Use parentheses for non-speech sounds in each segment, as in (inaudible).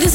this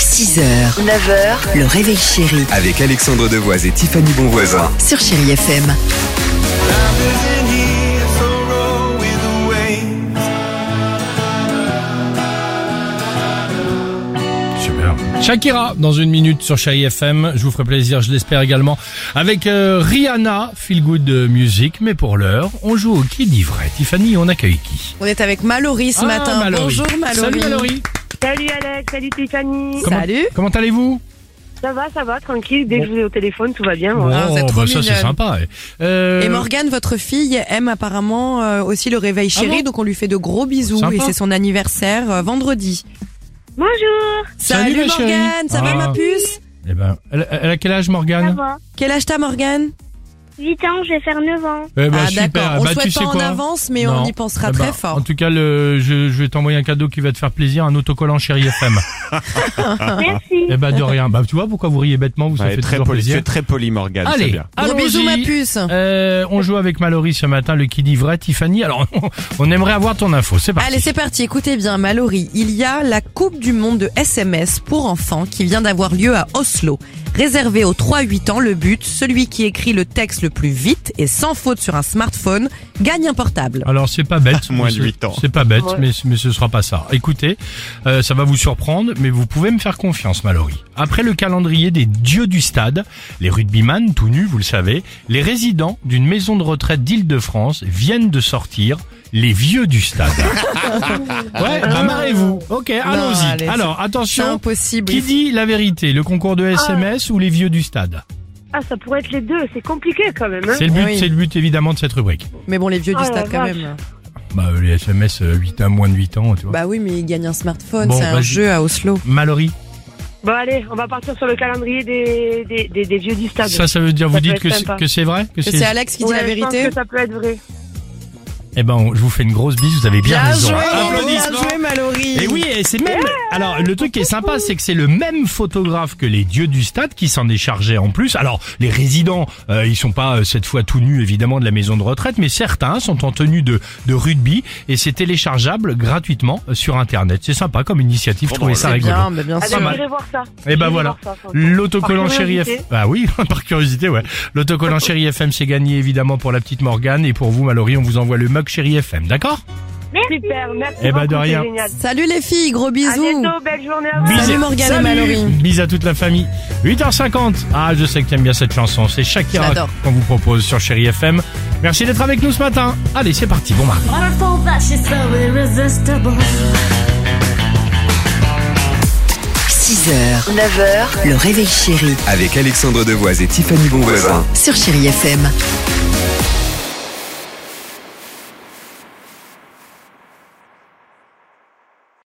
6h, 9h, le réveil chéri avec Alexandre Devoise et Tiffany Bonvoisin. sur Chérie FM. Super. Shakira dans une minute sur Chai FM. Je vous ferai plaisir, je l'espère également. Avec euh, Rihanna, Feel Good Music. Mais pour l'heure, on joue au qui dit vrai. Tiffany, on accueille qui On est avec Mallory ce Ah, matin. Mallory. Bonjour Mallory. Salut Mallory. Salut Alex, salut Tiffany. Comment- Euh, Salut. Comment allez-vous Ça va, ça va, tranquille. Dès que je vous ai au téléphone, tout va bien. moi. Ah, vous êtes Oh, trop bah ça c'est mignonne. sympa. ouais. Euh, Et Morgane, votre fille, aime apparemment euh, aussi le réveil Ah chéri, bon donc on lui fait de gros bisous Sympa. et c'est son anniversaire euh, vendredi. Bonjour, Salut, ma chérie. Morgane, ça Ah. va ma puce eh ben, elle, elle a quel âge ça Morgane va. Quel âge t'as Morgane 8 Hein ans, je vais faire 9 ans. Eh ben, Ah super. d'accord, on Bah, le tu souhaite sais pas en quoi avance mais Non. on y pensera Eh ben, très fort. En tout cas, le- je, je vais t'envoyer un cadeau qui va te faire plaisir, un autocollant (laughs) Chéri FM. Ah, Merci. eh ben de rien. Bah tu vois pourquoi vous riez bêtement, vous ça Ouais, fait très toujours poli, tu plaisir. es très poli, Morgane. c'est Allez, bien. Gros bisous ma allons-y. puce. Euh, on joue avec Mallory ce matin, le qui dit vrai, Tiffany. Alors, (laughs) on aimerait avoir ton info. C'est parti. Allez, c'est parti. Écoutez bien, Mallory. Il y a la Coupe du Monde de SMS pour enfants qui vient d'avoir lieu à Oslo. Réservée aux 3-8 ans, le but, celui qui écrit le texte le plus vite et sans faute sur un smartphone, gagne un portable. Alors, c'est pas bête. Moins de C'est- huit ans. C'est pas bête, Ouais. mais, mais ce sera pas ça. Écoutez, euh, ça va vous surprendre, mais vous pouvez me faire confiance, Mallory. Après le calendrier des dieux du stade, les rugbyman, tout nus, vous le savez, les résidents d'une maison de retraite d'Île-de-France viennent de sortir les vieux (laughs) du stade. ouais, bah, marrez-vous. Ok, allons-y. allez, Alors, C'est attention. impossible. Qui dit la vérité, le concours de SMS ou les vieux du stade Ah, ça pourrait être les deux, c'est compliqué quand même. Hein. C'est le but, Oui. c'est le but évidemment de cette rubrique. Mais bon, les vieux du Oh la stade quand vache. même. Bah euh, les SMS euh, 8 ans, moins de 8 ans, tu vois. Bah oui, mais il gagne un smartphone. Bon, c'est un vas-y. jeu à Oslo. Mallory, Bon, allez, on va partir sur le calendrier des, des, des, des vieux du stade. ça ça veut dire vous peut dites être que c'est, sympa. que c'est vrai que Que c'est... C'est Alex qui dit Ouais, la Je pense vérité. que ça peut être vrai. Ah, Eh ben on- je vous fais une grosse bise, vous avez bien, raison. bien Applaudissements. joué, Mallory. Et oui, et c'est même. Alors, le truc qui est sympa, c'est que c'est le même photographe que les dieux du stade qui s'en est chargé en plus. Alors, les résidents, euh, ils sont pas euh, cette fois tout nus évidemment de la maison de retraite, mais certains sont en tenue de, de rugby et c'est téléchargeable gratuitement euh, sur Internet. C'est sympa comme initiative. Je trouvais ça bah, C'est rigolo. bien, mais bien sûr. pas Allez, mal. irez voir ça. Eh ben Irez voilà. voir ça, franchement. L'autocollant Par chéri curiosité. FM. Ah oui, (laughs) par curiosité, ouais. L'autocollant chéri FM, c'est gagné évidemment pour la petite Morgane et pour vous, Mallory, on vous envoie le mug chéri FM, d'accord Super, merci. Eh ben, de beaucoup, c'est rien. génial. Salut les filles, gros À bisous. bientôt, belle journée à vous. Bisous. Bisous. Morgane et Mallory. Bise à toute la famille. 8h50. Ah, je sais que t'aimes bien cette chanson. C'est Shakira J'adore. qu'on vous propose sur Chéri FM. Merci d'être avec nous ce matin. Allez, c'est parti. Bon mardi. Wonderful that she's so irresistible. 6h, 9h, le réveil chéri Avec Alexandre Devoise et Tiffany Bonvoisin. sur Chérie FM.